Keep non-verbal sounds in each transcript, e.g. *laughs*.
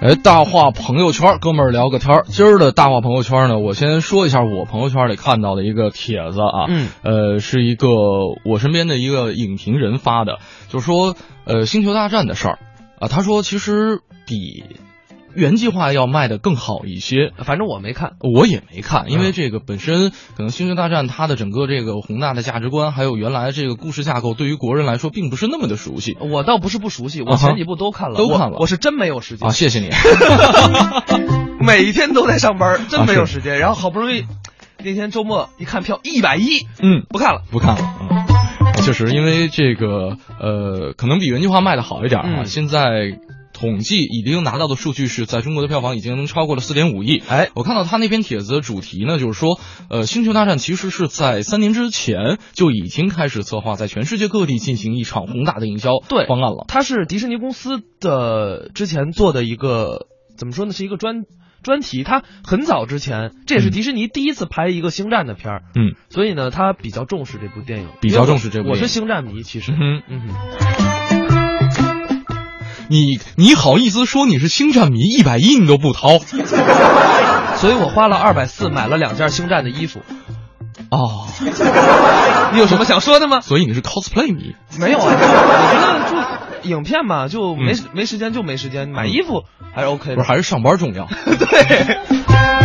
哎，大话朋友圈，哥们儿聊个天儿。今儿的大话朋友圈呢，我先说一下我朋友圈里看到的一个帖子啊，嗯，呃，是一个我身边的一个影评人发的，就说呃《星球大战》的事儿啊，他说其实比原计划要卖的更好一些，反正我没看。我也没看，因为嗯这个本身可能《星球大战》它的整个这个宏大的价值观，还有原来这个故事架构，对于国人来说并不是那么的熟悉我倒不是不熟悉，啊我哈前几部都看了，都看了我我是真没有时 *laughs* 间啊。，谢谢你。 *laughs* 每天都在上班，真没啊有是时间。然后好不容易那天周末一看票一百一，嗯，不看了。不看了。嗯确实，因为这个呃，可能比原计划卖的好一点啊。嗯现在统计已经拿到的数据是，在中国的票房已经超过了四点五亿。哎，我看到他那篇帖子的主题呢，就是说，呃，《星球大战》其实是在三年之前就已经开始策划，在全世界各地进行一场宏大的营销对方案了。它是迪士尼公司的之前做的一个怎么说呢，是一个专专题。它很早之前，这也是嗯迪士尼第一次拍一个星战的片儿，嗯，所以呢，他比较重视这部电影，比较重视这部我电影是星战迷，其实嗯，哼，嗯哼。你你好意思说你是星战迷，一百亿你都不掏所以我花了二百四买了两件星战的衣服。哦，你有什么想说的吗？所以你是 cosplay 迷。 *laughs* 没有啊，我觉得就影片嘛，就没、嗯没时间就没时间，买衣服还是 OK 不的是，。还是上班重 *laughs* 要。 *laughs* 对，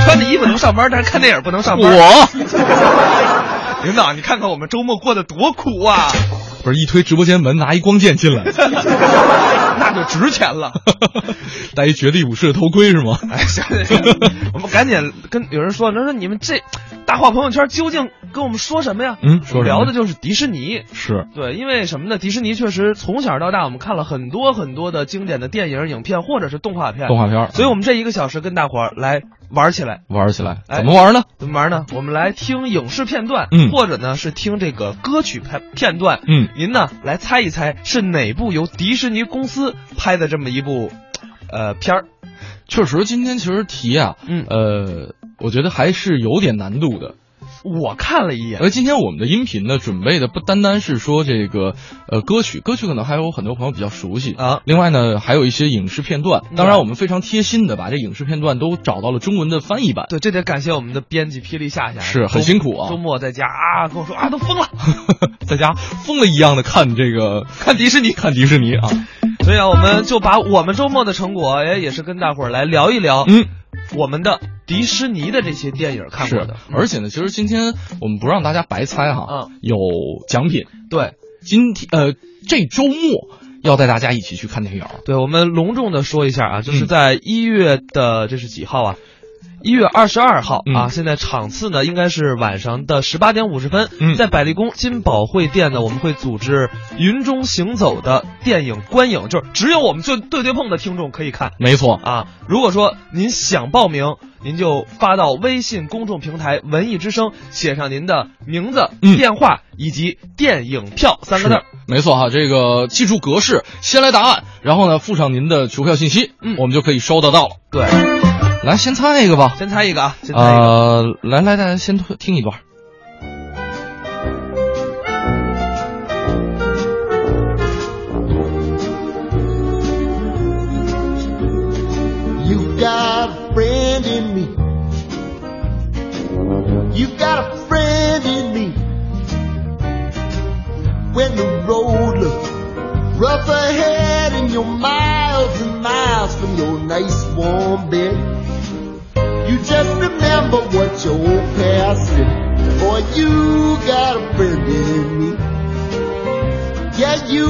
穿着衣服能上班，但是看电影不能上班。我 *laughs* 领导，你看看我们周末过得多苦啊， *laughs* 不是一推直播间门，拿一光剑进来。 *laughs* 那就值钱了。戴一绝地武士的头盔是吗？哎，行行行，我们赶紧跟有人说，他说你们这大话朋友圈究竟跟我们说什么呀？嗯说什么聊的就是迪士尼。是，对，因为什么呢？迪士尼确实从小到大，我们看了很多很多的经典的电影、影片或者是动画片，动画片儿所以我们这一个小时跟大伙儿来玩起来。玩起来哎怎么玩呢？怎么玩呢？我们来听影视片段，嗯或者呢是听这个歌曲片片段。嗯，您呢来猜一猜是哪部由迪士尼公司拍的这么一部，呃片儿？确实，今天其实题啊，嗯呃，我觉得还是有点难度的。我看了一眼，而今天我们的音频呢，准备的不单单是说这个呃歌曲，歌曲可能还有很多朋友比较熟悉啊另外呢，还有一些影视片段。嗯当然，我们非常贴心的把这影视片段都找到了中文的翻译版。 *laughs* 对，这得感谢我们的编辑霹雳夏夏，是周很辛苦啊周末在家啊，跟我说啊，都疯了。在家疯了一样的看这个看迪士尼，看迪士尼啊，所以啊，我们就把我们周末的成果，哎，也是跟大伙儿来聊一聊，嗯。我们的迪士尼的这些电影看过是的，，而且呢，其实今天我们不让大家白猜哈，嗯有奖品。对今天呃，这周末要带大家一起去看电影。对，我们隆重的说一下啊，就是嗯在一月的这是几号啊？一月二十二号啊，嗯现在场次呢应该是晚上的十八点五十分，嗯在百丽宫金宝汇店呢，我们会组织《云中行走》的电影观影，就是只有我们最对对碰的听众可以看没错，啊。如果说您想报名，您就发到微信公众平台“文艺之声”，写上您的名字、嗯电话以及电影票三个字儿。是没错哈。这个记住格式，先来答案，然后呢附上您的求票信息，嗯我们就可以收得到了。对， *laughs* 来，先猜一个吧。先猜一个啊，先猜一个。呃，来来，大家先推听一段。 You got a friend in me. You got a friend in me. When the road looks rough ahead and you're miles and miles from your nice warm bed, you just remember what your old past said. Boy, you got a friend in me. Yeah, you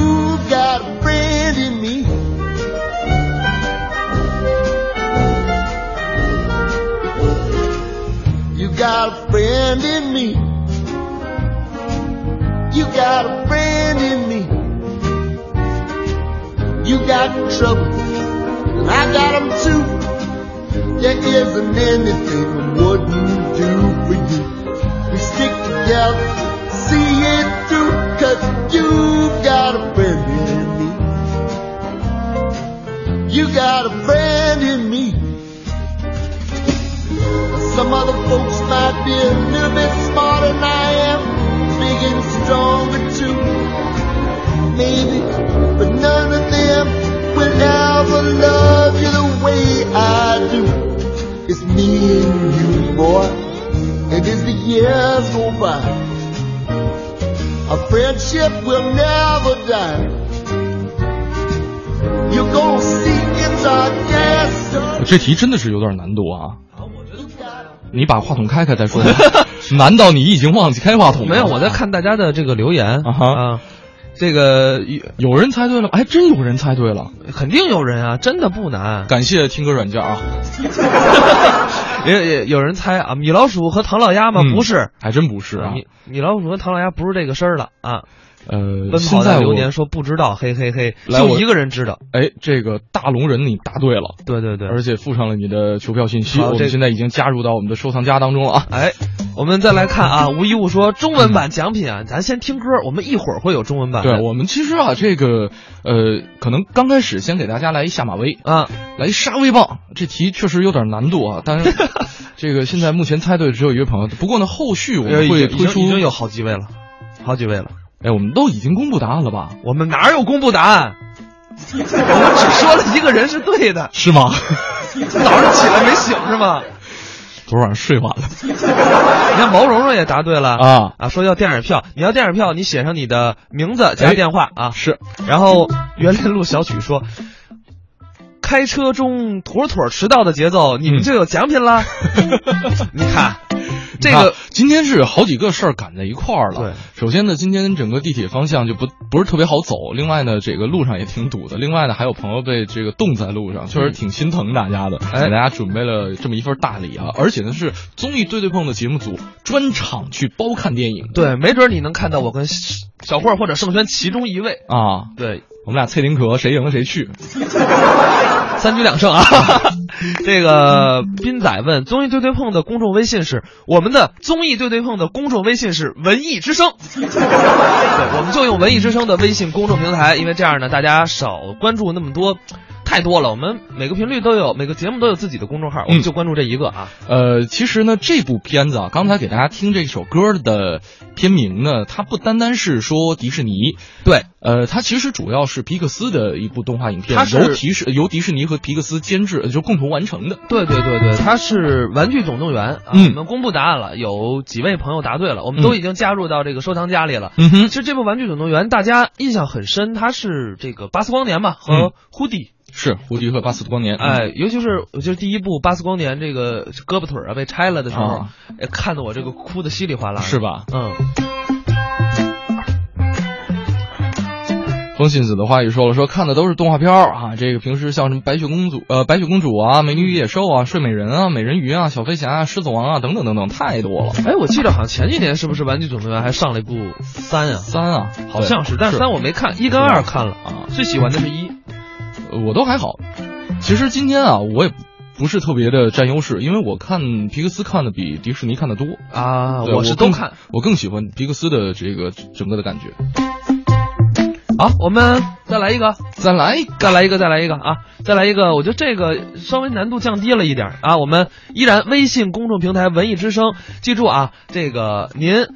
got a friend in me. You got a friend in me. You got a friend in me. You got trouble, and I got 'em too. There isn't anything I wouldn't do for you. We stick together, see it through, cause you got a friend in me. You got a friend in me. Some other folks might be a little bit smarter than I am, big and stronger too. Maybe, but none of them will ever love you the way years go by. Our friendship will never die. You're gonna see it's our destiny. 这题真的是有点难度啊！你把话筒开开再 *laughs* 说吧。难道你已经忘记开话筒了？没有，我在。看大家的这个留言啊哈啊，这个有人猜对了吗？哎，真有人猜对了！肯定有人啊，真的不难。 *laughs* 感谢听歌软件啊，也也有人猜啊，米老鼠和唐老鸭吗？嗯不是，还真不是啊。米米老鼠和唐老鸭不是这个声儿了啊。呃，奔现跑在的我流年说不知道，嘿嘿嘿，来就我一个人知道。哎，这个大龙人你答对了，对对对，而且附上了你的求票信息，好我这们现在已经加入到我们的收藏夹当中了 *laughs* 啊。哎，我们再来看啊，无一物说中文版奖品啊，咱先听歌，我们一会儿会有中文版的。对我们其实啊，这个呃，可能刚开始先给大家来一下马威，啊，来一杀威棒，这题确实有点难度啊。 *laughs* 但是这个现在目前猜对只有一位朋友，不过呢，后续我们会已推经出已经有好几位了，好几位了。哎，我们都已经公布答案了吧？我们哪有公布 *laughs* 答案？我们只说了一个人是对的，是 *laughs* 吗？早上起来没醒是吗？昨晚上睡晚了你看毛茸茸也答对了哎啊。啊，说要电影票，你要电影票，你写上你的名字加哎电话啊。是，然后园林路小曲说。开车中妥妥迟到的节奏，你们嗯就有奖品了。你看，这你看个今天是好几个事儿赶在一块儿了。对，首先呢，今天整个地铁方向就不不是特别好走，另外呢，这个路上也挺堵的，另外呢，还有朋友被这个冻在路上，确实挺心疼大家的，嗯哎给大家准备了这么一份大礼啊！而且呢，是综艺对对碰的节目组专场去包看电影。对，没准你能看到我跟小小慧儿或者盛轩其中一位。啊，对，我们俩脆丁壳，谁赢了谁去。三局两胜啊！ *laughs* 这个斌仔问综艺对对碰的公众微信是我们的综艺对对碰的公众微信是文艺之声， *laughs* 对，我们就用文艺之声的微信公众平台，因为这样呢，大家少关注那么多。太多了，我们每个频率都有，每个节目都有自己的公众嗯号，我们就关注这一个啊。呃，其实呢，这部片子啊，刚才给大家听这首歌的片名呢，它不单单是说迪士尼，对，呃，它其实主要是皮克斯的一部动画影片，它是由迪士由迪士尼和皮克斯监制，呃就共同完成的。对对对对，它是《玩具总动员》啊。嗯我们公布答案了，有几位朋友答对了，我们都嗯已经加入到这个收藏夹里了。嗯哼其，实这部《玩具总动员》大家印象很深，它是这个巴斯光年嘛和嗯胡迪，是《胡迪和巴斯光年》。哎，尤其是就是第一部巴斯光年这个胳膊腿儿啊被拆了的时候，啊哎看得我这个哭的稀里哗啦。是？吧？嗯，风信子的话也说了，说看的都是动画片儿啊，这个平时像什么白雪公主、呃白雪公主啊、美女与野兽啊、睡美人啊、美人鱼啊、小飞侠啊、狮子王啊等等等等，太多了。哎，我记得好像前几年是不是《玩具总动员》还上了一部三啊？三啊，好像是，但是是三我没看，一跟二看了。啊，最喜欢的是一，呃我都还好。其实今天啊，我也不是特别的占优势，因为我看皮克斯看的比迪士尼看的多。啊，对我是都更看，我更喜欢皮克斯的这个整个的感觉。好，我们再来一个，再来一个，再来一个，再来一个啊，再来一个。我觉得这个稍微难度降低了一点儿啊。我们依然微信公众平台“文艺之声”，记住啊，这个您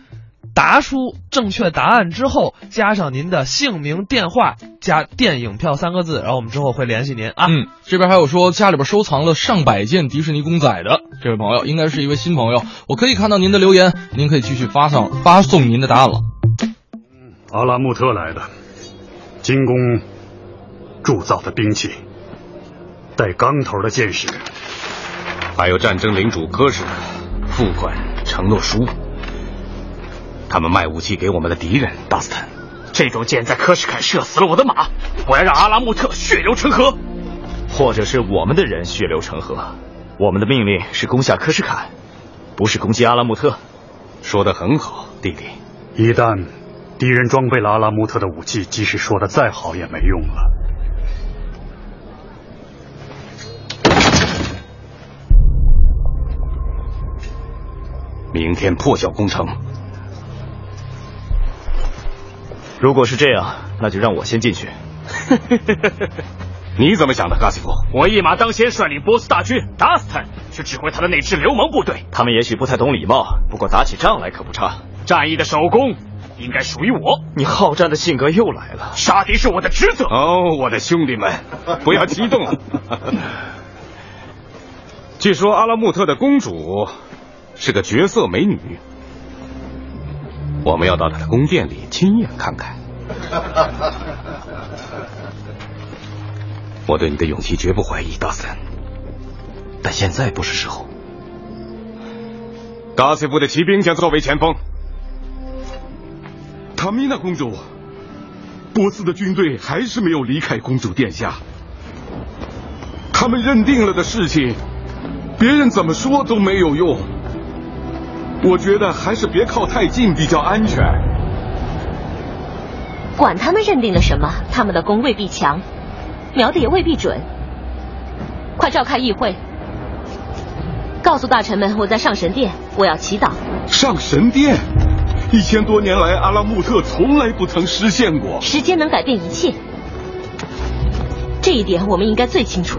答出正确答案之后，加上您的姓名、电话加电影票三个字，然后我们之后会联系您啊。嗯，这边还有说家里边收藏了上百件迪士尼公仔的这位朋友，应该是一位新朋友。我可以看到您的留言，您可以继续发送发送您的答案了。阿拉木特来的，精工铸造的兵器，带钢头的箭矢，还有战争领主科什付款承诺书。他们卖武器给我们的敌人，达斯坦。这种箭在科什凯射死了我的马，我要让阿拉木特血流成河。或者是我们的人血流成河。我们的命令是攻下科什坎，不是攻击阿拉木特。说的很好，弟弟。一旦敌人装备了阿拉木特的武器，即使说的再好也没用了。明天破晓攻城。如果是这样，那就让我先 *laughs* 进去。你怎么想的，嘎西夫？我一马当先，率领波斯大军，达斯坦去指挥他的那支流氓部队。他们也许不太懂礼貌，不过打起仗来可不差。战役的首功应该属于我，你好战的性格又来了。杀敌是我的职责。哦，我的兄弟 *laughs* 们，不要激动。啊据说阿拉木特的公主是个绝色美女，我们要到他的宫殿里亲眼看看。我对你的勇气绝不怀疑，达森。但现在不是时候。达西部的骑兵将作为前锋。塔米娜公主，波斯的军队还是没有离开公主殿下。他们认定了的事情，别人怎么说都没有用。我觉得还是别靠太近比较安全。管他们认定了什么，他们的弓未必强，瞄的也未必准。快召开议会，告诉大臣们我在上神殿，我要祈祷。上神殿，一千多年来，阿拉木特从来不曾失陷过。时间能改变一切，这一点我们应该最清楚。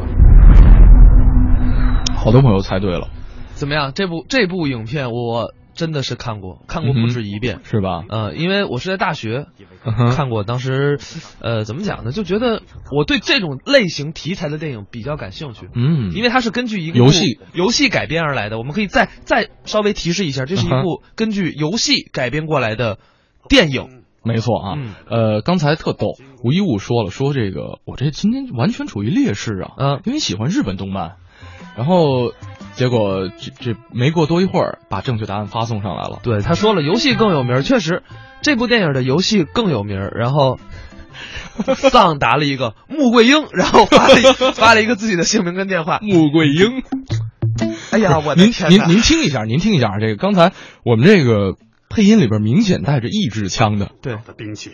好多朋友猜对了，怎么样？这部这部影片我真的是看过，看过不止一遍。是吧？呃，因为我是在大学嗯哼看过，当时，呃，怎么讲呢？就觉得我对这种类型题材的电影比较感兴趣，嗯，因为它是根据一个游部戏游戏改编而来的。我们可以再再稍微提示一下，这是一嗯哼部根据游戏改编过来的电影。没错啊，嗯呃，刚才特逗，吴一五说了，说这个我这今天完全处于劣势啊，嗯因为喜欢日本动漫，然后结果这这没过多一会儿，把正确答案发送上来了，对，他说了，游戏更有名儿，确实，这部电影的游戏更有名儿。*laughs* 然后丧答了一个穆桂英，然后发了一发了一个自己的姓名跟电话。穆桂英，哎呀，我的您天您哪！您听一下，您听一下，这个刚才我们这个配音里边明显带着意志腔的，对，的兵器，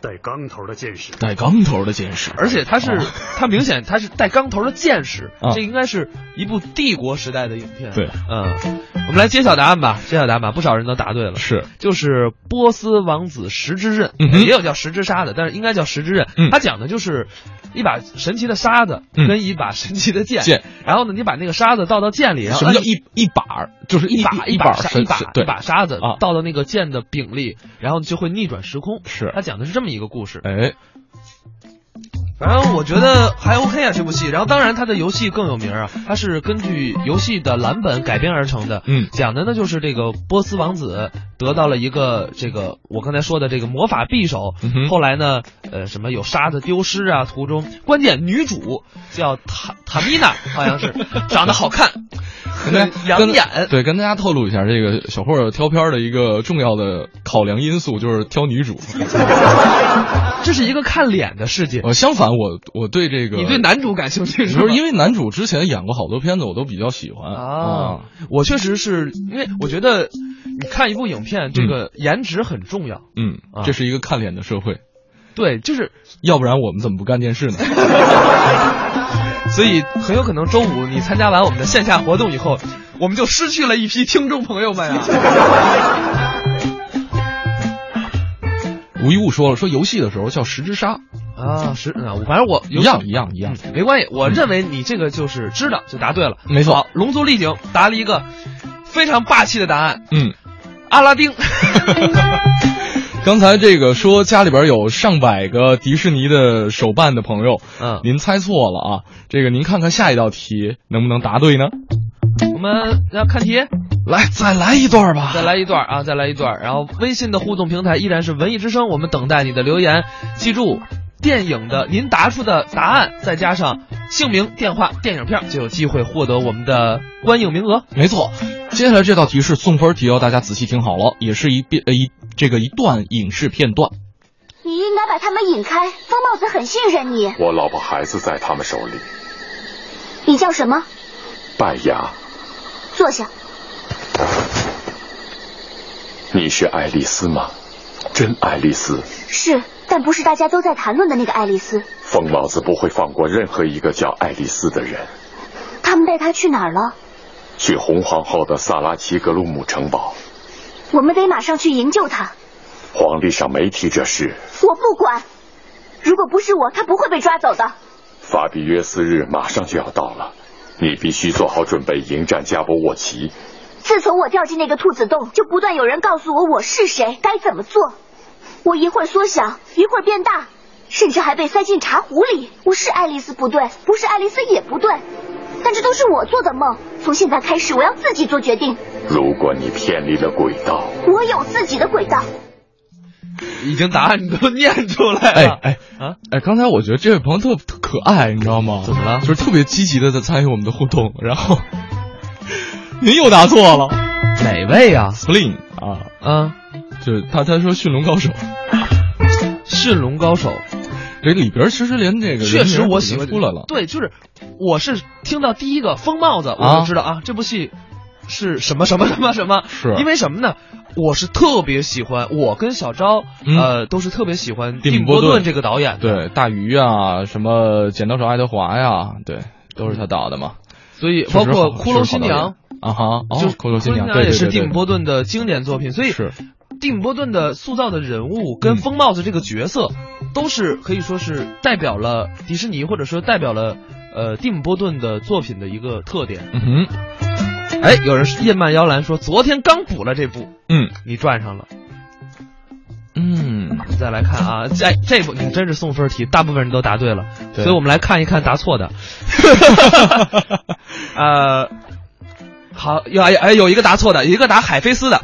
带钢头的剑士，带钢头的剑士，而且他哦是、他明显他是带钢头的剑士，啊这应该是一部帝国时代的影片。对，嗯，我们来揭晓答案吧，揭晓答案吧，不少人都答对了。是就是波斯王子石之刃，嗯哼也有叫石之沙的，但是应该叫石之刃。嗯它讲的就是一把神奇的沙子嗯跟一把神奇的剑，剑然后呢，你把那个沙子倒到剑里，然后什么叫摁一一把儿？就是一把把一把儿沙神一把神一对把沙子啊倒到那个剑的柄里，然后就会逆转时空。是它讲的是这么一个故事。哎，反正我觉得还 OK 啊，这部戏。然后当然它的游戏更有名啊，它是根据游戏的蓝本改编而成的。嗯讲的呢就是这个波斯王子得到了一个这个我刚才说的这个魔法匕首，嗯哼后来呢，呃，什么有沙子丢失啊，途中关键女主叫塔塔米娜，好 *laughs* 像是长得好看，跟大家很嗯养跟眼。对，跟大家透露一下，这个小霍儿挑片儿的一个重要的考量因素就是挑女主。这是一个看脸的世界。呃，相反，我我对这个你对男主感兴趣是吗？不是因为男主之前演过好多片子，我都比较喜欢啊，我确实是因为我觉得你看一部影片，这个颜值很重要。嗯啊，这是一个看脸的社会，对，就是要不然我们怎么不干电 *laughs* 视呢？所以很有可能周五你参加完我们的线下活动以后，我们就失去了一批听众朋友们啊。吴一物说了，说游戏的时候叫十之杀，啊，是啊，反正我一样一样一样。嗯没关系，我认为你这个就是知道就答对了，没错好，龙族丽景答了一个非常霸气的答案，嗯，阿拉丁。刚才这个说家里边有上百个迪士尼的手办的朋友，嗯您猜错了啊。这个您看看下一道题能不能答对呢？ *laughs* 我们要看题，来，再来一段吧。再来一段啊，再来一段。然后微信的互动平台依然是文艺之声，我们等待你的留言。记住，电影的您答出的答案，再加上姓名、电话、电影票，就有机会获得我们的观影名额。没错，接下来这道题是送分题哦，大家仔细听好了，也是一遍呃一这个一段影视片段。你应该把他们引开，方帽子很信任你。我老婆孩子在他们手里，你叫什么？拜亚，坐下。你是爱丽丝吗？真爱丽丝，是，但不是大家都在谈论的那个爱丽丝。疯帽子不会放过任何一个叫爱丽丝的人。他们带她去哪儿了？去红皇后的萨拉齐格鲁姆城堡，我们得马上去营救她。皇历上没提这事。我不管，如果不是我，她不会被抓走的。法比约斯日马上就要到了，你必须做好准备迎战加波沃奇。自从我掉进那个兔子洞，就不断有人告诉我我是谁，该怎么做。我一会儿缩小，一会儿变大，甚至还被塞进茶壶里。我是爱丽丝不对，不是爱丽丝也不对，但但这都是我做的梦。从现在开始，我要自己做决定。如果你偏离了轨道，我有自己的轨道。已经答案都念出来哎了。哎啊！哎，刚才我觉得这位朋友特特可爱，你知道吗？怎么了？就是特别积极的在参与我们的互动，然后您又答错了，哪位呀、啊、 ？Spring 啊，嗯，就是他他说《驯龙高手》，驯龙高手，这里边其实连这个确实人名我已喜经欢出来了，对，就是我是听到第一个疯帽子，我就知道啊这部戏是什么什么什么什么， *laughs* 是因为什么呢？我是特别喜欢，我跟小昭、嗯呃都是特别喜欢蒂姆蒂姆波波顿顿这个导演的，对，大鱼啊，什么剪刀手爱德华呀，对，都是他导的嘛。所以确包实好括《骷髅确实好新导娘演》啊哈，哦，就骷髅新娘也对是对对蒂对姆波顿的经典作品，所以是嗯蒂姆波顿的塑造的人物跟疯帽子这个角色，都是可以说是代表了迪士尼，或者说代表了呃蒂姆波顿的作品的一个特点。嗯哼，哎，有人是叶曼摇篮说，昨天刚补了这部，嗯你赚上了。嗯，再来看啊，这这部你真是送分题，大部分人都答对了，对所以我们来看一看答错的。 *laughs* 呃，好，有哎哎有一个答错的，有一个答海飞丝的，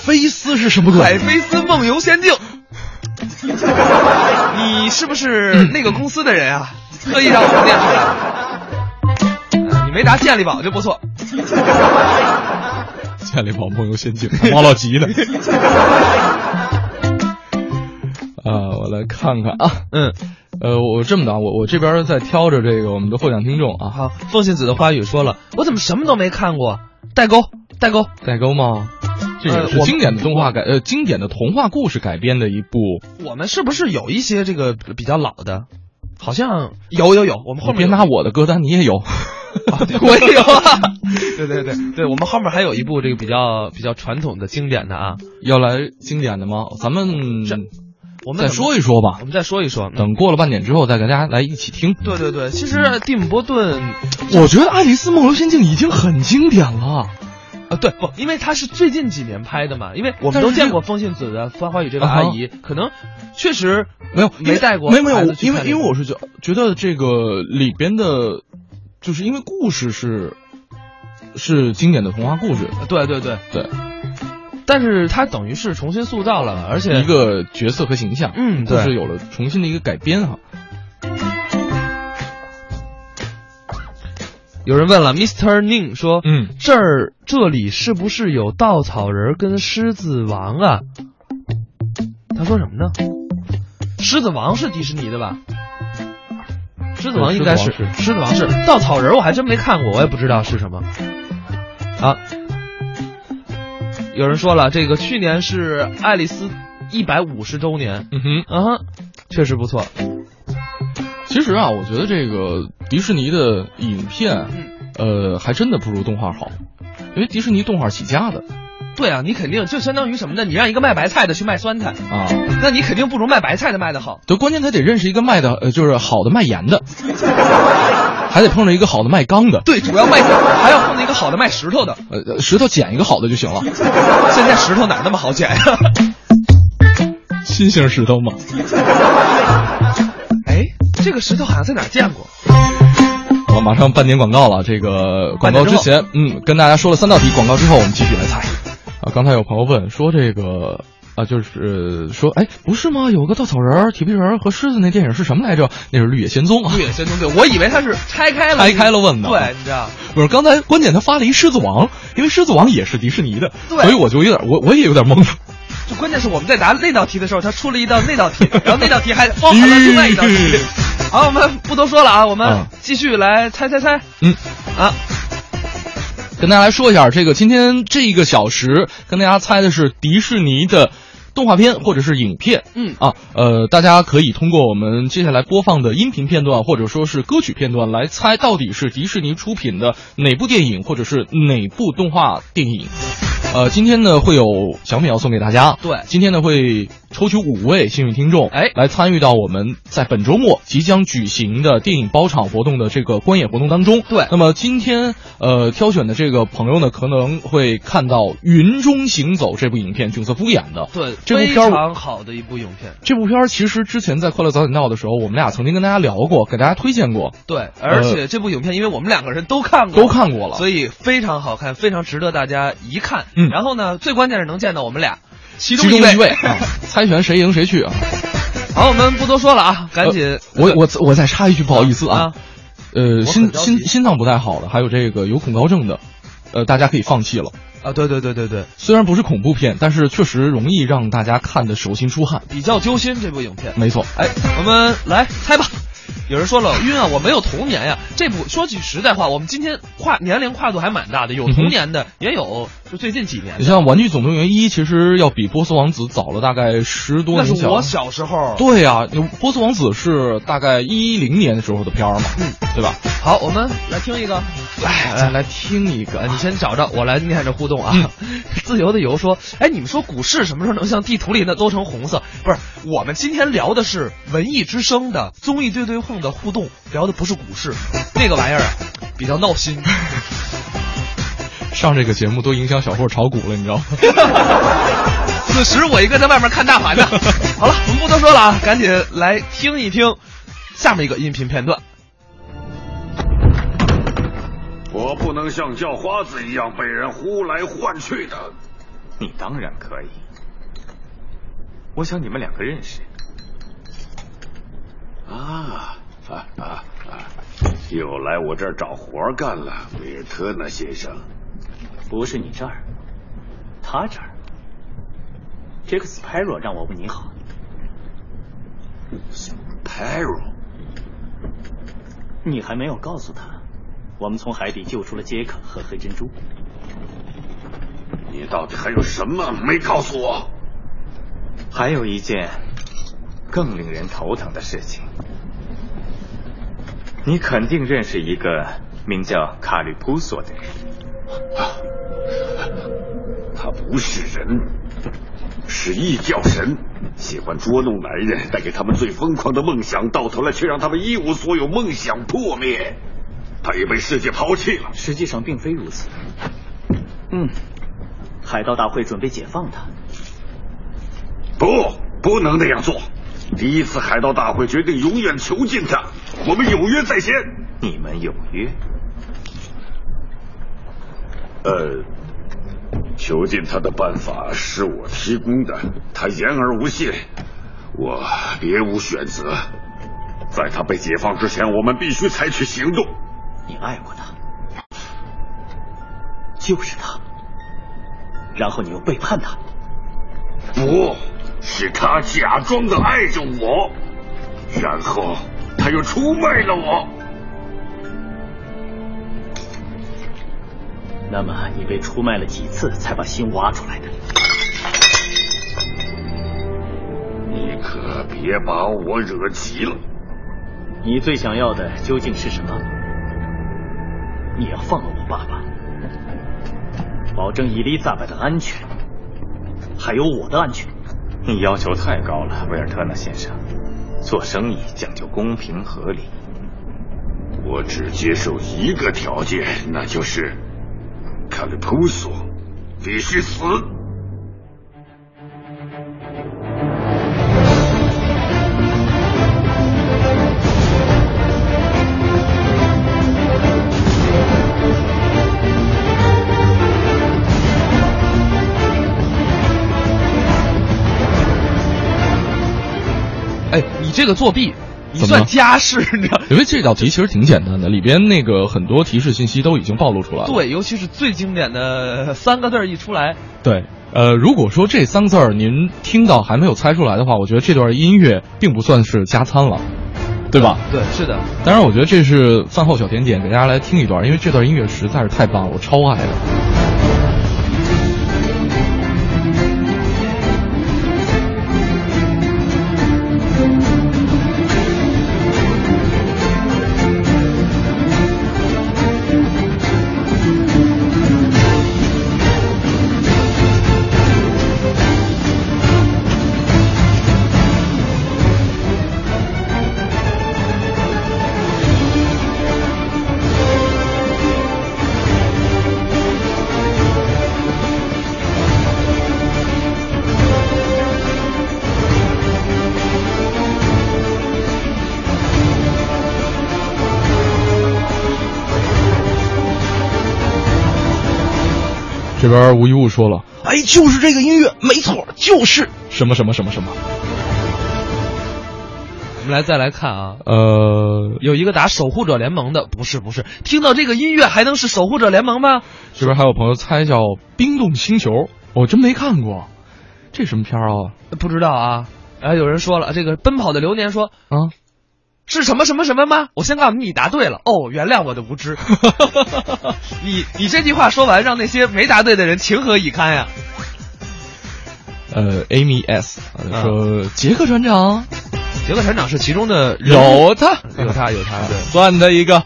菲斯是什么 *laughs* 海飞丝梦游仙境。你是不是那个公司的 *laughs* 人啊？特意让我们念出来。呃你没答健力宝就不错。建立宝梦游仙境，猫老急 *laughs* 了。啊，我来看看啊，嗯，呃，我这么的啊，我我这边在挑着这个我们的获奖听众啊，好，风信子的花语说了，我怎么什么都没看过？代沟，代沟。代沟吗？这也呃是我经典的动画改呃经典的童话故事改编的一部，我们是不是有一些这个比较老的？好像有有有，我们后你别面有拿我的歌单，你也有， *laughs* 啊 *laughs* 对我也有啊。 *laughs* 对对对对，我们后面还有一部这个比较比较传统的经典的啊，要来经典的吗？咱们这我们再怎么说一说吧我，们再说一说。嗯等过了半点之后再跟大家来一起听。对对对，其实蒂姆波顿我觉得《爱丽丝梦游仙境》已经很经典了，啊，对不，因为他是最近几年拍的嘛，因为我们但是都这见过风信子的花花语这位啊哈阿姨，可能确实没有因为没带过没有没孩有子，去因为看这因为个我是觉觉得这个里边的，就是因为故事是是经典的童话故事，对对对，对，但是他等于是重新塑造了，而且一个角色和形象，嗯就对是有了重新的一个改编哈。有人问了，Mr. Ning 说，嗯，这儿这里是不是有稻草人跟狮子王啊？他说什么呢？狮子王是迪士尼的吧？狮子王应该是对狮子王是稻草人，我还真没看过，我也不知道是什么。啊，有人说了，这个去年是爱丽丝一百五十周年，嗯哼，啊哈，确实不错。其实啊，我觉得这个迪士尼的影片，呃，还真的不如动画好，因为迪士尼动画起家的对啊，你肯定就相当于什么呢？你让一个卖白菜的去卖酸菜，啊。那你肯定不如卖白菜的卖的好。对，关键他得认识一个卖的，呃，就是好的卖盐 *laughs* 的，还得碰上一个好的卖钢的，对，主要卖还要碰到一个好的卖石头的。呃，呃石头捡一个好的就行了，现在石头哪儿那么好捡呀、 *laughs* 新型石头嘛。哎，这个石头好像在哪儿见过？好了，马上半点广告了。这个广告之前，嗯，跟大家说了三道题，广告之后我们继续来猜。啊，刚才有朋友问说这个。啊，就是呃说，哎，不是吗？有个稻草人儿、铁皮人儿和狮子那电影是什么来着？那是《绿野仙踪》啊。绿野仙踪对，我以为它是拆开了，拆开了问的对，你知道，不是，刚才关键他发了一《狮子王》，因为《狮子王》也是迪士尼的，对所以我就有点，我我也有点懵了。就关键是我们在答那道题的时候，它出了一道那道 *laughs* 题，然后那道题还包含了另外一道题。好，我们不多说了啊，我们嗯继续来猜猜猜嗯，啊！跟大家来说一下，这个今天这一个小时跟大家猜的是迪士尼的动画片或者是影片。嗯啊，呃，大家可以通过我们接下来播放的音频片段或者说是歌曲片段来猜到底是迪士尼出品的哪部电影或者是哪部动画电影。呃，今天呢会有小品要送给大家。对，今天呢会抽取五位幸运听众，哎，来参与到我们在本周末即将举行的电影包场活动的这个观演活动当中。对，那么今天呃挑选的这个朋友呢，可能会看到《云中行走》这部影片，囧瑟夫演的。对，这部片非儿常好的一部影片。这部片儿其实之前在《快乐早点到》的时候，我们俩曾经跟大家聊过，给大家推荐过。对，而且这部影片，因为我们两个人都看过，呃都看过了所以非常好看，非常值得大家一看。嗯然后呢，最关键是能见到我们俩，其其一中一 *laughs* 位啊，猜拳谁赢谁去啊？好，我们不多说了啊，赶紧。呃我我我再插一句，不好意思啊啊，呃，我心很着急心心脏不太好的，还有这个有恐高症的，呃，大家可以放弃了。啊，对对对对对，虽然不是恐怖片，但是确实容易让大家看得手心出汗。比较揪心这部影片。没错，哎，我们来猜吧。有人说了，晕啊，我没有童年呀。这部说句实在话，我们今天跨年龄跨度还蛮大的，嗯有童年的，也有就最近几年你的。像《玩具总动员一》，其实要比《波斯王子》早了大概十多那年。是我小时候。对呀、啊，《波斯王子》是大概一零年的时候的片儿嘛，嗯，对吧？好，我们来听一个，来哎来来听一个，哎你先找着，我来念着互动啊。 *laughs* 自由的游说，哎，你们说股市什么时候能像地图里那都成红色？不是，我们今天聊的是文艺之声的综艺对对碰的互动，聊的不是股市，那个玩意儿啊比较闹 *laughs* 心。上这个节目都影响小霍炒股了，你知道吗？此时我一个在外面看大 *laughs* 盘呢。好了，我们不多说了啊，赶紧来听一听下面一个音频片段。我不能像叫花子一样被人呼来唤去的。你当然可以。我想你们两个认识。啊啊啊啊！又来我这儿找活儿干了，维尔特纳先生。不是你这儿，他这儿。杰克斯派若让我问你好。派若，你还没有告诉他，我们从海底救出了杰克和黑珍珠。你到底还有什么没告诉我？还有一件更令人头疼的事情，你肯定认识一个名叫卡吕普索的人。他不是人，是异教神，喜欢捉弄男人，带给他们最疯狂的梦想，到头来却让他们一无所有，梦想破灭。他也被世界抛弃了。实际上并非如此。嗯，海盗大会准备解放他。不，不能那样做。第一次海盗大会决定永远囚禁他，我们有约在先。你们有约？呃，囚禁他的办法是我提供的，他言而无信，我别无选择。在他被解放之前，我们必须采取行动。你爱过他，就是他，然后你又背叛他。不是他假装的爱着我，然后他又出卖了我。那么你被出卖了几次才把心挖出来的？你可别把我惹急了。你最想要的究竟是什么？你要放了我爸爸，保证伊丽莎白的安全，还有我的安全。你要求太高了，威尔特纳先生。做生意讲究公平合理。我只接受一个条件，那就是卡利普索必须死。哎，你这个作弊，你怎么算了家事，你知道？ *laughs* 因为这道题其实挺简单的，里边那个很多提示信息都已经暴露出来了。对，尤其是最经典的三个字儿一出来，对，呃，如果说这三个字儿您听到还没有猜出来的话，我觉得这段音乐并不算是加餐了，对吧？对，是的，当然，我觉得这是饭后小甜点，给大家来听一段，因为这段音乐实在是太棒了，我超爱的。我这边吴一物说了，哎，就是这个音乐，没错，就是什么什么什么什么。我们来再来看啊，呃，有一个打守护者联盟的，不是不是，听到这个音乐还能是守护者联盟吗？这边还有朋友猜叫《冰冻星球》，我真没看过，这什么片儿啊？不知道啊。然后有人说了，这个《奔跑的流年》说啊，是什么什么什么吗？我先告诉你，你答对了哦，原谅我的无知。 *laughs* 你你这句话说完，让那些没答对的人情何以堪呀、啊？呃，Amy S 说，杰克船长，杰克船长是其中的 *laughs* 有他，啊有他，有他，对，算的一个。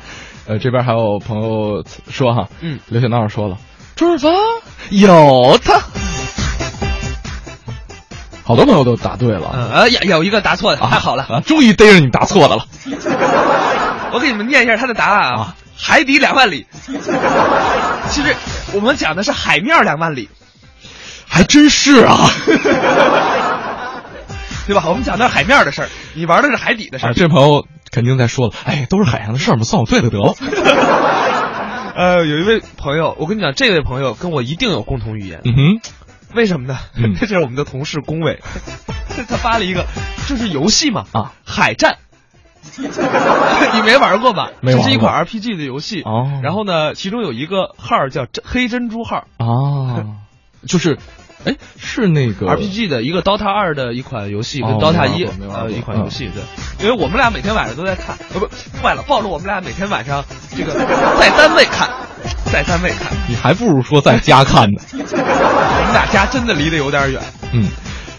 呃，这边还有朋友说哈，嗯，刘小闹说了，周润发有他。好多朋友都答对了，呃、嗯，有、啊、有一个答错的，太好了，啊、终于逮着你答错的了。 *laughs* 我给你们念一下他的答案啊，啊海底两 *laughs* 万里。其实我们讲的是海面两万里，还真是啊， *laughs* 对吧？我们讲的是海面的事儿，你玩的是海底的事儿。啊这朋友肯定在说了，哎，都是海上的事儿嘛，算我对了得了。 *laughs* 呃，有一位朋友，我跟你讲，这位朋友跟我一定有共同语言。嗯哼。为什么呢？嗯、 *laughs* 这是我们的同事 *laughs* 龚伟，他发了一个，就是游戏嘛啊，海战， *laughs* 你没玩过吧？没这是一款 RPG 的游戏。哦。然后呢，其中有一个号叫黑珍珠号。哦。就是，哎，是那个 RPG 的一个 DOTA 二的一款游哦戏，跟 DOTA 一呃一款游戏嗯对。因为我们俩每天晚上都在看，呃不，坏了，暴露我们俩每天晚上这个在单位看， *laughs* 在单位看。你还不如说在家看呢。我们俩家真的离得有点远。嗯，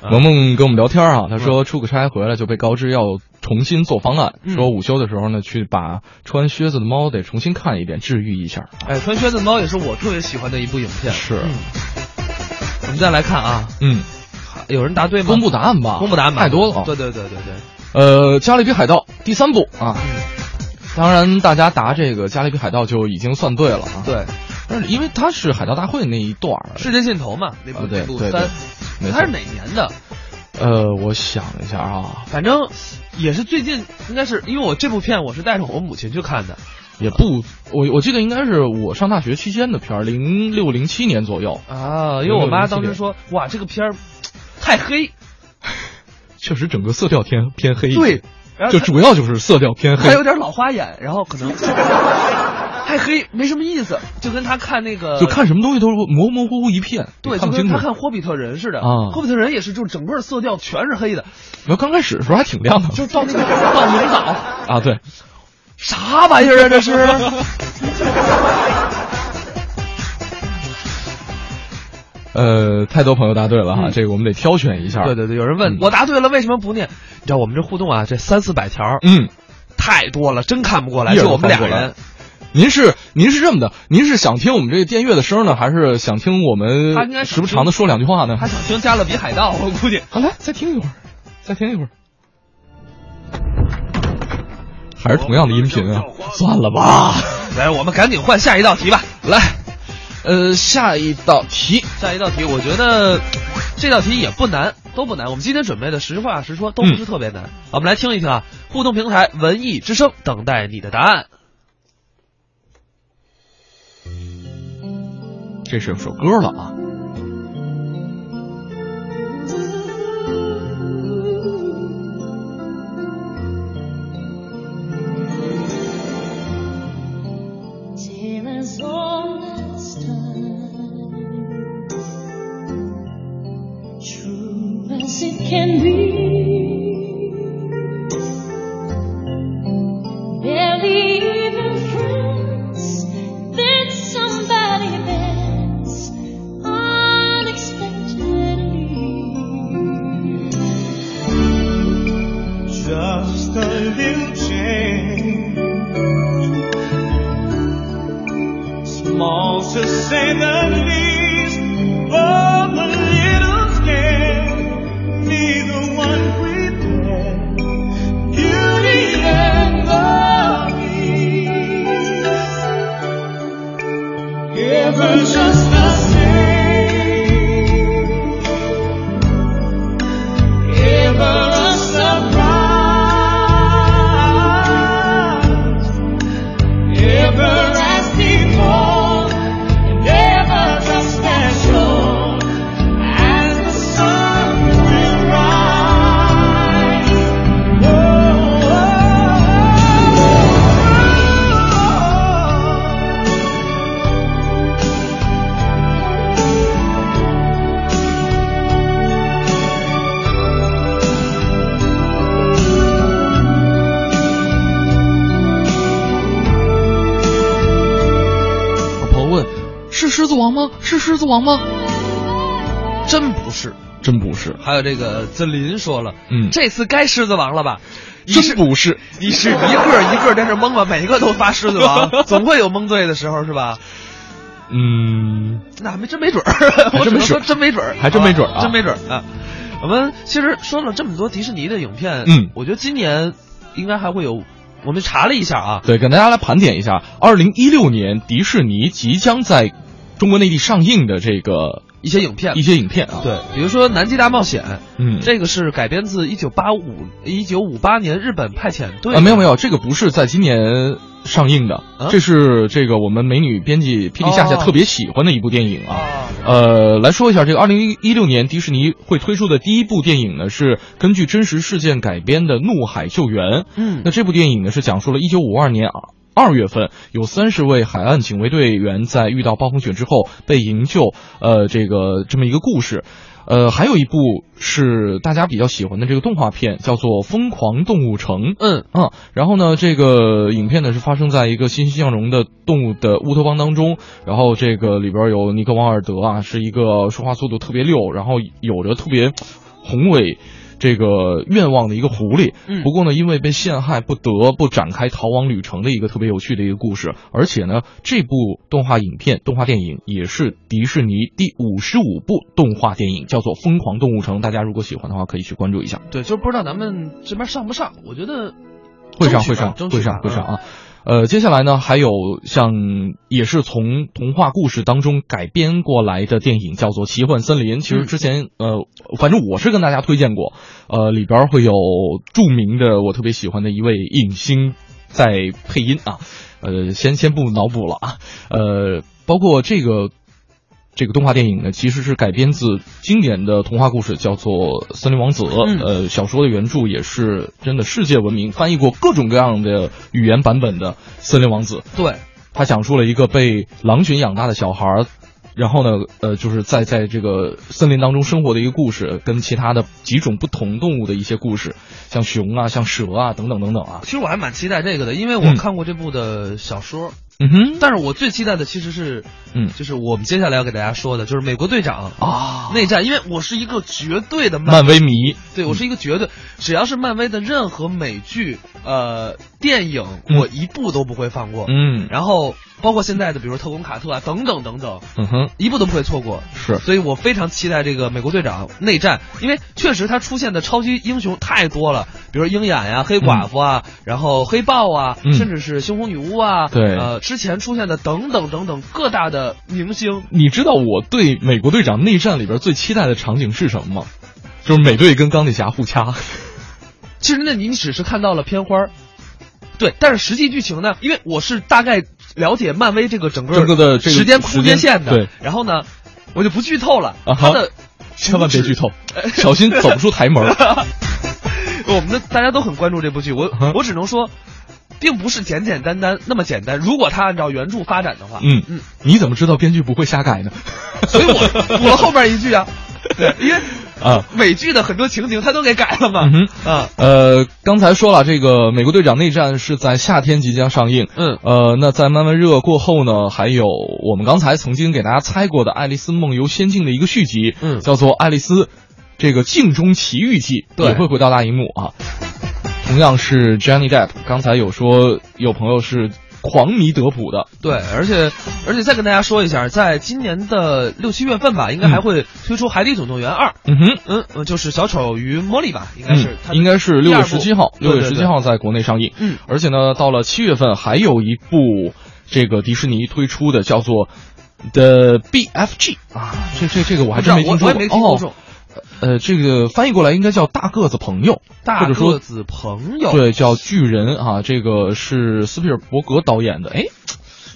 啊萌萌跟我们聊天啊，他说出个差回来就被告知要重新做方案，嗯、说午休的时候呢，去把穿靴子的猫得重新看一遍，治愈一 *laughs* 下。哎，穿靴子的猫也是我特别喜欢的一部影片。是、嗯，我们再来看啊，嗯，有人答对吗？公布答案吧，公布答案吧，哦太多了。对对对对对。呃，《加勒比海盗》第三部啊，嗯当然大家答这个《加勒比海盗》就已经算对了啊。对。但是因为他是海盗大会那一段世界尽头嘛，那部那部三，他是哪年的？呃，我想一下啊，反正也是最近，应该是因为我这部片我是带着我母亲去看的，也不，我我记得应该是我上大学期间的片儿，零六零七年左右啊，因为我妈当时说，哇，这个片儿太黑，确实整个色调偏偏黑，对，就主要就是色调偏黑，还有点老花眼，然后可 *laughs* 能。太黑没什么意思，就跟他看那个，就看什么东西都模模糊糊一片，对，看就不清跟他看《霍比特人》似的，啊， 《霍比特人》也是，就是整个色调全是黑的。然后刚开始的时候还挺亮的，就到那 *laughs* 个到龙岛啊，对，啥玩意儿啊这是？呃，太多朋友答对了哈，嗯、这个我们得挑选一下。对对对，有人问、嗯、我答对了为什么不念？你知道我们这互动啊，这三四百条，嗯，太多了，真看不过来，就我们俩人。您是您是这么的，您是想听我们这个电乐的声呢，还是想听我们时不常的说两句话呢？他想听《加勒比海盗》，我估计。好、啊，来再听一会儿，再听一会儿，还是同样的音频啊？算了吧，来，我们赶紧换下一道题吧。来，呃，下一道题，下一道题，我觉得这道题也不难，都不难。我们今天准备的实话实说都不是特别难。嗯、我们来听一听啊，互动平台文艺之声等待你的答案。这是首歌了啊！ Never as before, never just as 是狮子王吗？是狮子王吗？真不是，真不是。还有这个曾林说了，嗯，这次该狮子王了吧？真不是，你是一个一个在这蒙吧，每个都发狮子 *laughs* 王，总会有蒙对的时候是吧？嗯，那没真没准儿，还真没准儿，真没准儿，还真没准儿、啊，真没准儿啊！我们其实说了这么多迪士尼的影片，嗯，我觉得今年应该还会有。我们查了一下啊，对，给大家来盘点一下，二零一六年迪士尼即将在中国内地上映的这个一些影片，一些影片啊，对，比如说《南极大冒险》，嗯，这个是改编自一九八五一九五八年日本派遣队啊，没有没有，这个不是在今年上映的，啊、这是这个我们美女编辑霹雳夏夏特别喜欢的一部电影啊，哦、呃，来说一下这个二零一六年迪士尼会推出的第一部电影呢，是根据真实事件改编的《怒海救援》，嗯，那这部电影呢是讲述了一九五二年啊。二月份，有三十位海岸警卫队员在遇到暴风雪之后被营救，呃，这个这么一个故事。呃，还有一部是大家比较喜欢的这个动画片，叫做《疯狂动物城》。嗯啊，然后呢，这个影片呢是发生在一个欣欣向荣的动物的乌托邦当中，然后这个里边有尼克·王尔德啊，是一个说话速度特别溜，然后有着特别宏伟。这个愿望的一个狐狸，嗯，不过呢，因为被陷害，不得不展开逃亡旅程的一个特别有趣的一个故事。而且呢，这部动画影片、动画电影也是迪士尼第五十五部动画电影，叫做《疯狂动物城》。大家如果喜欢的话，可以去关注一下。对，就不知道咱们这边上不上？我觉得会上，会上，会上，会上嗯啊！呃，接下来呢，还有像也是从童话故事当中改编过来的电影，叫做《奇幻森林》。其实之前、嗯、呃，反正我是跟大家推荐过，呃，里边会有著名的我特别喜欢的一位影星在配音啊，呃，先先不脑补了啊，呃，包括这个。这个动画电影呢，其实是改编自经典的童话故事，叫做《森林王子》。嗯、呃，小说的原著也是真的世界闻名，翻译过各种各样的语言版本的《森林王子》。对，他讲述了一个被狼群养大的小孩儿，然后呢，呃，就是在在这个森林当中生活的一个故事，跟其他的几种不同动物的一些故事，像熊啊、像蛇啊等等等等啊。其实我还蛮期待这个的，因为我看过这部的小说。嗯嗯哼，但是我最期待的其实是，嗯，就是我们接下来要给大家说的，就是美国队长啊内战，因为我是一个绝对的漫威迷，对我是一个绝对，嗯、只要是漫威的任何美剧、呃电影，我一部都不会放过，嗯，然后包括现在的，比如特工卡特啊等等等等，嗯哼，一部都不会错过，是，所以我非常期待这个美国队长内战，因为确实他出现的超级英雄太多了，比如鹰眼呀、黑寡妇啊，嗯、然后黑豹啊，嗯、甚至是猩红女巫啊，对，呃。之前出现的等等等等各大的明星，你知道我对《美国队长内战》里边最期待的场景是什么吗？就是美队跟钢铁侠互掐。其实那你只是看到了片花，对，但是实际剧情呢？因为我是大概了解漫威这个整个的时间空间线的，对。然后呢，我就不剧透了。啊、它的千万别剧透，小心走不出台门。 *laughs* 我们的大家都很关注这部剧，我、啊、我只能说。并不是简简单单那么简单。如果他按照原著发展的话，嗯嗯，嗯你怎么知道编剧不会瞎改呢？所以我 *laughs* 补了后边一句啊，对，因为啊，美剧的很多情节他都给改了嘛，嗯、啊，呃，刚才说了，这个《美国队长内战》是在夏天即将上映，嗯，呃，那在漫威热过后呢，还有我们刚才曾经给大家猜过的《爱丽丝梦游仙境》的一个续集，嗯，叫做《爱丽丝这个镜中奇遇记》，也会回到大荧幕啊。同样是 Johnny Depp，刚才有说有朋友是狂迷德普的，对，而且而且再跟大家说一下，在今年的六七月份吧，应该还会推出《海底总动员二》。嗯哼，嗯，就是小丑与茉莉吧，应该是，嗯、应该是六月十七号，六月对十对七对号在国内上映。嗯，而且呢，到了七月份还有一部这个迪士尼推出的叫做《The BFG》啊，这这这个我还真没听我说我过。也没听说哦呃，这个翻译过来应该叫大个子朋友，大或者说个子朋友对，叫巨人啊。这个是斯皮尔伯格导演的，哎，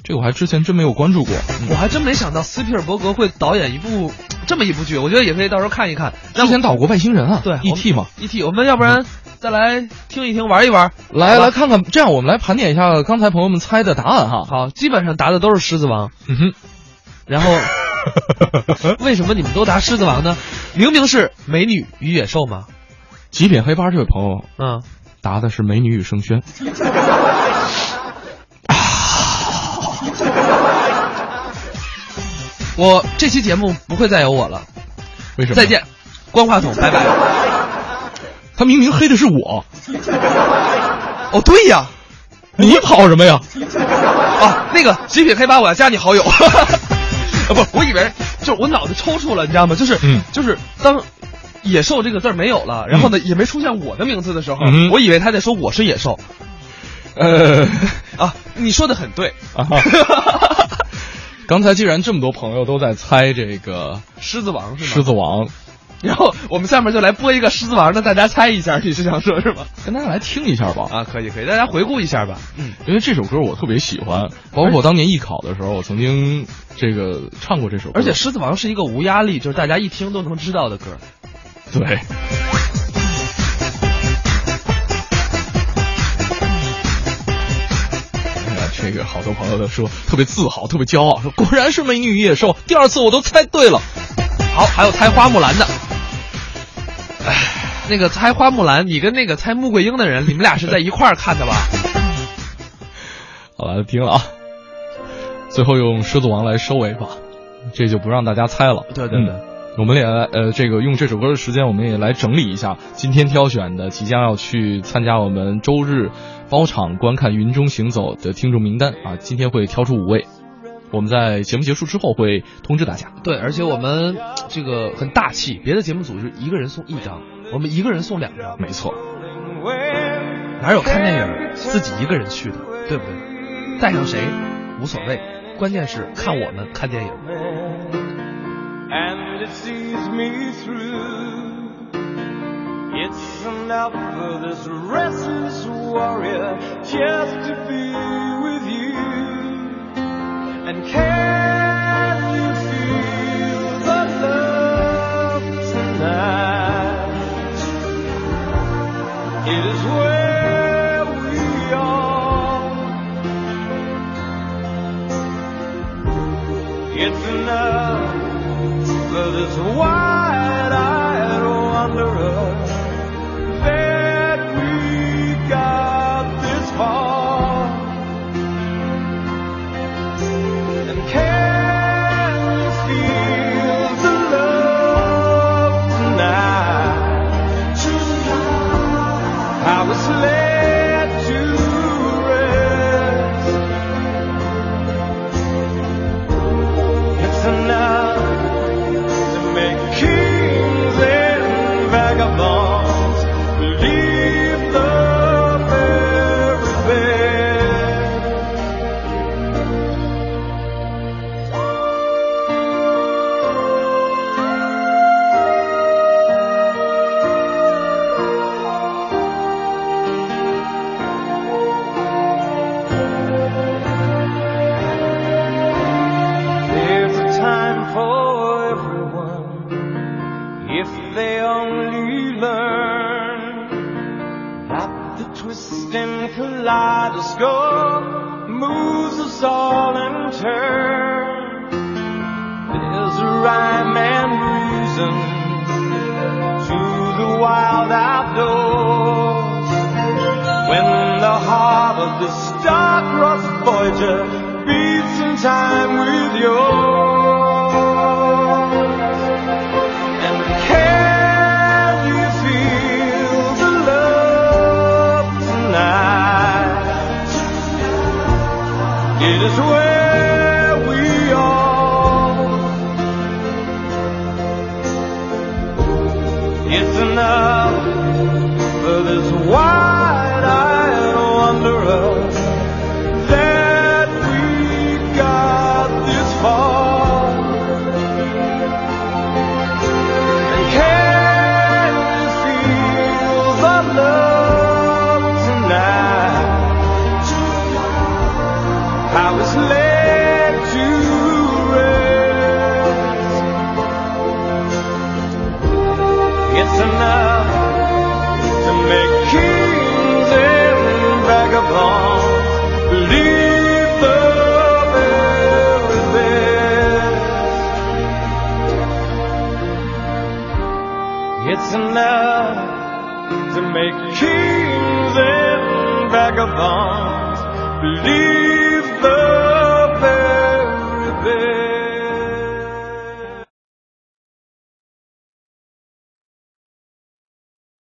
这个我还之前真没有关注过。嗯我还真没想到斯皮尔伯格会导演一部这么一部剧，我觉得也可以到时候看一看。之前导过外星人啊，对，E.T. 嘛， E.T.，我们要不然再来听一听，玩一玩，来好吧来看看，这样我们来盘点一下刚才朋友们猜的答案哈。好，基本上答的都是狮子王，嗯哼，然 *laughs* 后为什么你们都答狮子王呢？明明是美女与野兽嘛。极品黑八这位朋友，嗯，答的是《美女与生轩》。我这期节目不会再有我了，为什么？再见，关话筒，拜拜。他明明黑的是我。哦，对呀， *laughs* 你跑什么呀？啊，那个极品黑八，我要加你好友。 *laughs* 啊，不，我以为就是我脑子抽搐了，你知道吗？就是，嗯就是当“野兽”这个字儿没有了，然后呢，也没出现我的名字的时候，嗯我以为他在说我是野 *laughs* 兽。呃，啊，你说的很对，啊哈， *laughs* 刚才既然这么多朋友都在猜这个狮子王是吗？狮子王，然后我们下面就来播一个《狮子王》，让大家猜一下，你是想说是吗？跟大家来听一下吧。啊，可以可以，大家回顾一下吧。嗯，因为这首歌我特别喜欢，包括当年艺考的时候，我曾经这个唱过这首歌。而且《狮子王》是一个无压力，就是大家一听都能知道的歌。对，哎哎呀这个好多朋友都说特别自豪，特别骄傲，说果然是美女与野兽，第二次我都猜对了。好，还有猜花木兰的。哎，那个猜花木兰，你跟那个猜穆桂英的人，你们俩是在一块儿看的吧？好了，听了啊，最后用《狮子王》来收尾吧，这就不让大家猜了。对对对嗯我们也来呃，这个用这首歌的时间，我们也来整理一下今天挑选的即将要去参加我们周日包场观看《云中行走》的听众名单啊，今天会挑出五位。我们在节目结束之后会通知大家。对，而且我们呃这个很大气，别的节目组是一个人送一张，我们一个人送两张，没错。哪有看电影啊自己一个人去的，对不对？带上谁无所谓，关键是看我们看电影。 and it sees me through. It's enough for this restless warrior just to be with you. And can you feel the love tonight? It is where we are. It's enough for this wide-eyed wanderer that we got this far. And can you feel the love tonight? I was led to rest. It's enough to make kings and vagabonds believe the very best. There's a time for everyone if they only learn that the twisting kaleidoscope moves us all in turn. There's a rhyme and reason to the wild outdoors when the heart of the star-crossed voyager beats in time with yours. And can you feel the love tonight? It is where we are. It's enough for this wide-eyed wanderer that we got this far. And can you feel the love tonight? I was led to rest. It's enough to make kings and vagabonds believe the very best. It's enough to make kings and vagabonds believe